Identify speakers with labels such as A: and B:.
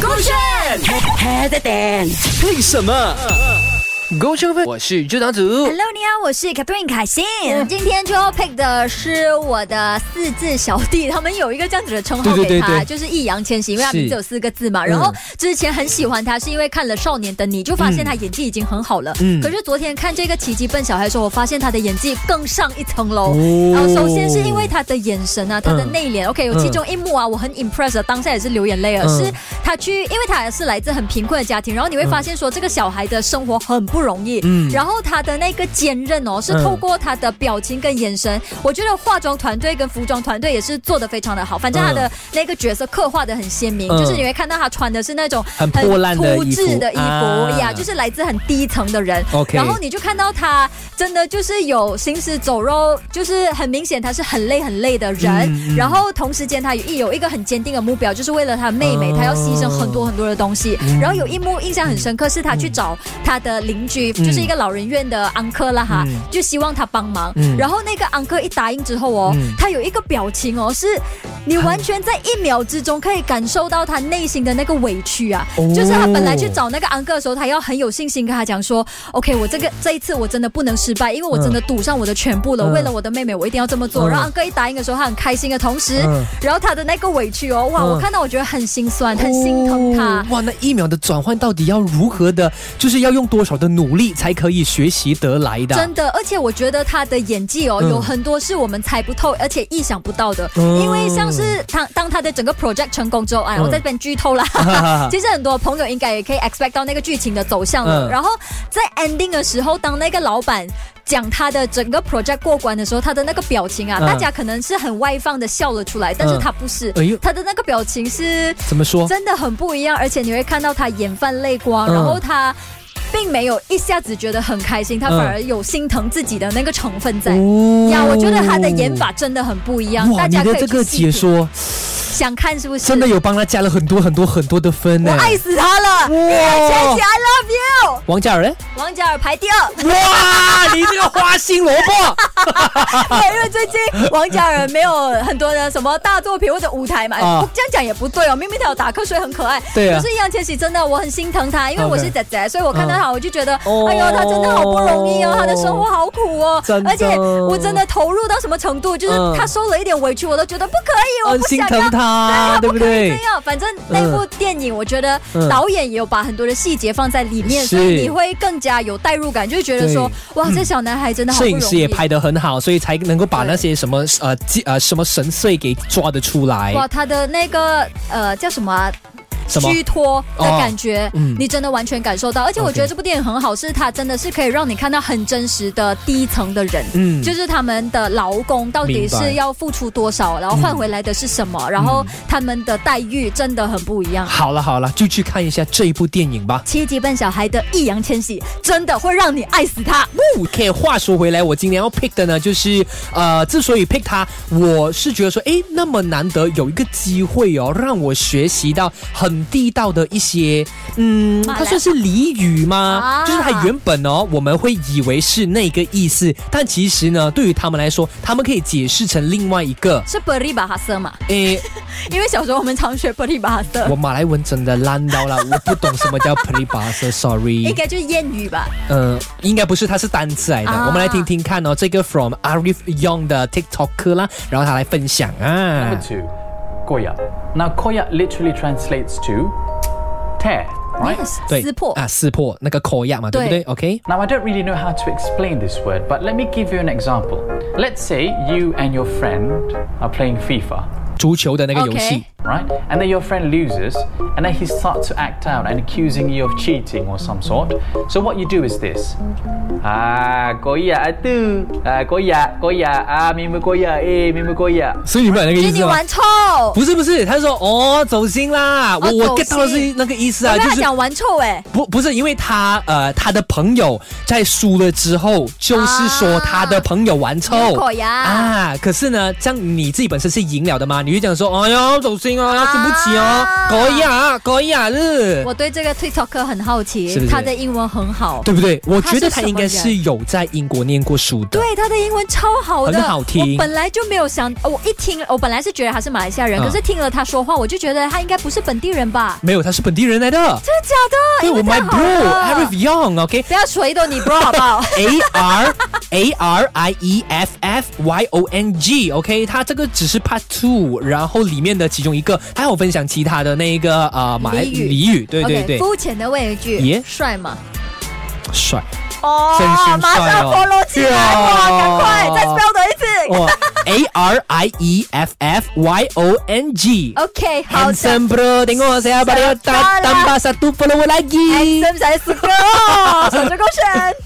A: 勾选 head dance。
B: 为什么？Go s h o w 我是朱长祖。
C: Hello，你好，我是 Catherine 凯欣。
B: 嗯
A: 今天就要 pick 的是我的四字小弟，他们有一个这样子的称号
B: 对
A: 给
B: 对
A: 他，
B: 对对
A: 就是易烊千玺，因为他
B: 是嗯
A: 名字有四个字嘛。然后之前很喜欢他，是因为看了《少年的你》，就发现他演技已经很好了。
B: 嗯
A: 可是昨天看这个《奇迹笨小孩》的时候，我发现他的演技更上一层楼。
B: 哦
A: 然后首先是因为他的眼神啊，他的
B: 嗯
A: 内敛。OK，有
B: 嗯
A: 其中一幕啊，我很 impressed，的当下也是流眼泪了。
B: 嗯
A: 是他去，因为他也是来自很贫困的家庭，然后你会发现说这个小孩的生活很不容易。
B: 嗯
A: 然后他的那个坚韧哦，是
B: 嗯
A: 透过他的表情跟眼神，我觉得化妆团队跟服装团队也是做的非常的好。反正他的那个角色刻画的很鲜明，
B: 嗯
A: 就是你会看到他穿的是那种
B: 很破烂的
A: 粗
B: 衣服
A: 制的衣服
B: 啊
A: 呀，就是来自很低层的人。
B: OK
A: 然后你就看到他真的就是有行尸走肉，就是很明显他是很累很累的人。
B: 嗯嗯
A: 然后同时间他也有一个很坚定的目标，就是为了他妹妹，
B: 哦嗯
A: 他要牺牲很多很多的东西。然后有一幕印象很深刻，是他去找他的邻居，就是一个老人院的昂科啦哈，
B: 嗯
A: 就希望他帮忙。
B: 嗯
A: 然后那个昂科一答应之后哦，
B: 嗯
A: 他有一个表情哦，是你完全在一秒之中可以感受到他内心的那个委屈啊，
B: 哦
A: 就是他本来去找那个昂哥的时候，他要很有信心跟他讲说，OK，我这个这一次我真的不能失败，因为我真的赌上我的全部了，
B: 嗯
A: 为了我的妹妹，我一定要这么做。
B: 嗯
A: 然后昂哥一答应的时候，他很开心的同时，
B: 嗯
A: 然后他的那个委屈哦，哇，
B: 嗯
A: 我看到我觉得很心酸，很心疼他
B: 哦。哇，那一秒的转换到底要如何的，就是要用多少的努力才可以学习得来的？
A: 真的，而且我觉得他的演技哦，
B: 嗯
A: 有很多是我们猜不透，而且意想不到的。
B: 嗯
A: 因为像是他当他的整个 project 成功之后，哎，
B: 嗯
A: 我在这边剧透啦。
B: 哦
A: 其实很多朋友应该也可以 expect 到那个剧情的走向了。
B: 啊嗯
A: 然后在 ending 的时候，当那个老板。讲他的整个 project 过关的时候，他的那个表情啊，
B: 嗯
A: 大家可能是很外放的笑了出来，但是
B: 嗯
A: 他不是，
B: 哎呦
A: 他的那个表情是
B: 怎么说？
A: 真的很不一样，而且你会看到他眼泛泪光，
B: 嗯
A: 然后他。并没有一下子觉得很开心，他
B: 嗯
A: 反而有心疼自己的那个成分在。
B: 哦
A: 呀，我觉得他的演法真的很不一样，
B: 哇，
A: 大
B: 你
A: 家可
B: 的
A: 以
B: 这
A: 去
B: 个
A: 细
B: 解
A: 品。
B: 说
A: 想看是不是？
B: 真的，有帮他加了很多很多很多的分
A: 我
B: 呢。
A: 爱死他了！千玺
B: 哇，
A: ，I love you。
B: 王嘉尔，
A: 王嘉尔排第二，
B: 哇，你这个花心萝卜
A: 对因为最近王嘉尔没有很多的什么大作品或者舞台嘛，
B: 啊
A: 不这样讲也不对哦。明明他有打瞌睡很可爱，
B: 对啊
A: 可是易烊千玺真的我很心疼他，因为我
B: OK
A: 是姐姐，所以我看到他我就觉得，
B: 哦
A: 哎呦，他真的好不容易哦，他的生活好苦哦
B: 真，的
A: 而且我真的投入到什么程度，就是
B: 嗯
A: 他受了一点委屈，我都觉得不可以，我
B: 很
A: 不
B: 哦心
A: 想要
B: 疼。他，对不对
A: 这？样，反正那部电影，我觉得
B: 嗯
A: 导演也有把很多的细节放在里面，
B: 是
A: 所以你会更加有代入感，就会觉得说，哇，这小男孩真的好不
B: 摄
A: 容易。
B: 影师也拍得很好，所以才能够把那些什么呃技呃什么神髓给抓得出来。
A: 哇，他的那个呃叫什么啊、
B: 哎什么
A: 虚脱的感觉、
B: 嗯
A: 你真的完全感受到。而且我
B: OK
A: 觉得这部电影很好，是它真的是可以让你看到很真实的低层的人。
B: 嗯
A: 就是他们的劳工到底
B: 明白
A: 是要付出多少，然后换回来的是什么，
B: 嗯
A: 然后他们的待遇真的很不一样。
B: 好了好了，就去看一下这一部电影吧。
A: 七级笨小孩的易烊千玺真的会让你爱死他。
B: OK，话说回来，我今天要 pick 的呢，就是呃，之所以 pick 它，我是觉得说，诶，那么难得有一个机会哦，让我学习到很地道的一些，嗯，
A: 马来
B: 它算是俚语吗？
A: 啊
B: 就是它原本哦，我们会以为是那个意思，但其实呢，对于他们来说，他们可以解释成另外一 个，
A: 是 b e r i b a h a s 嘛？
B: 诶，
A: 因为小时候我们常学 b e r i b a h a s
B: 我马来文真的烂到了，我不懂什么 叫 p r i b a s s o r r y
A: 应该就是谚语吧？
B: 呃，应该不是，它是单词来的。
A: 啊
B: 我们来听听看哦，这个 from Arif Young 的 TikTok 啦，然后他来分享啊
D: Number。two, koya. Now, koya literally translates to tear, right?
B: 对，
A: 撕破
B: 啊，撕破那个口呀嘛，对不对
A: 对
B: ？OK，
D: Now, I don't really know how to explain this word, but let me give you an example. Let's say you and your friend are playing FIFA,
B: 足球的那个游戏
A: OK，
D: right? And then your friend loses, and then he starts to act out and accusing you of cheating or some sort. So, what you do is this. Ah, koya atu. Ah, koya, koya. Ah, mimu koya. Eh, mimu koya.
B: 所以你们有那个
A: 就
B: 意
A: 你
B: 思吗？
A: 玩臭，
B: 不是不是，他说哦，走心啦，我
A: 哦走心
B: 我 get 到的是那个意思
A: 我
B: 啊，
A: 跟
B: 就
A: 他
B: 是
A: 讲玩臭哎、
B: 不不是因为他呃他的朋友在输了之后，就是说他的朋友玩臭
A: 口呀
B: 啊，可是呢，像你自己本身是赢了的嘛，你就讲说，哎呦，走心心哦，要吃不起哦，可以啊，可以啊，日。
A: 我对这个 TikToker 很好奇，
B: 是不是
A: 他的英文很好，
B: 对不对？我觉得
A: 他
B: 他
A: 是什么
B: 应该
A: 人
B: 是有在英国念过书的。
A: 对，他的英文超好的，
B: 很好听
A: 我本来就没有想，哦我一听，我本来是觉得他是马来西亚人，
B: 嗯
A: 可是听了他说话，我就觉得他应该不是本地人吧？
B: 没有，他是本地人来的。
A: 真的假的？
B: 对，
A: 英
B: 我
A: 文太
B: 们
A: 好
B: bro，Eric
A: 了，
B: Young，OK、
A: 不要锤到你 bro 好不好？
B: A R A R I E F F Y O N G，OK，、它这个只是 Part Two，然后里面的其中一个，还有分享其他的那一个呃马来
A: 俚语
B: 俚语， 对对
A: OK，
B: 对，
A: 肤浅的问一句
B: 耶，
A: 帅吗？
B: 帅
A: 哦
B: 真心帅哦
A: 马上 follow 起来哇！
B: 哇
A: 赶快再 spell 多一次。
B: 哇哦，A R I E F F Y O N G。
A: OK，好哦的
B: Handsome。bro, tengok saya baru
A: Sekolah.
B: ta- tambah satu follower lagi.
A: handsome 才是 bro，手着勾选。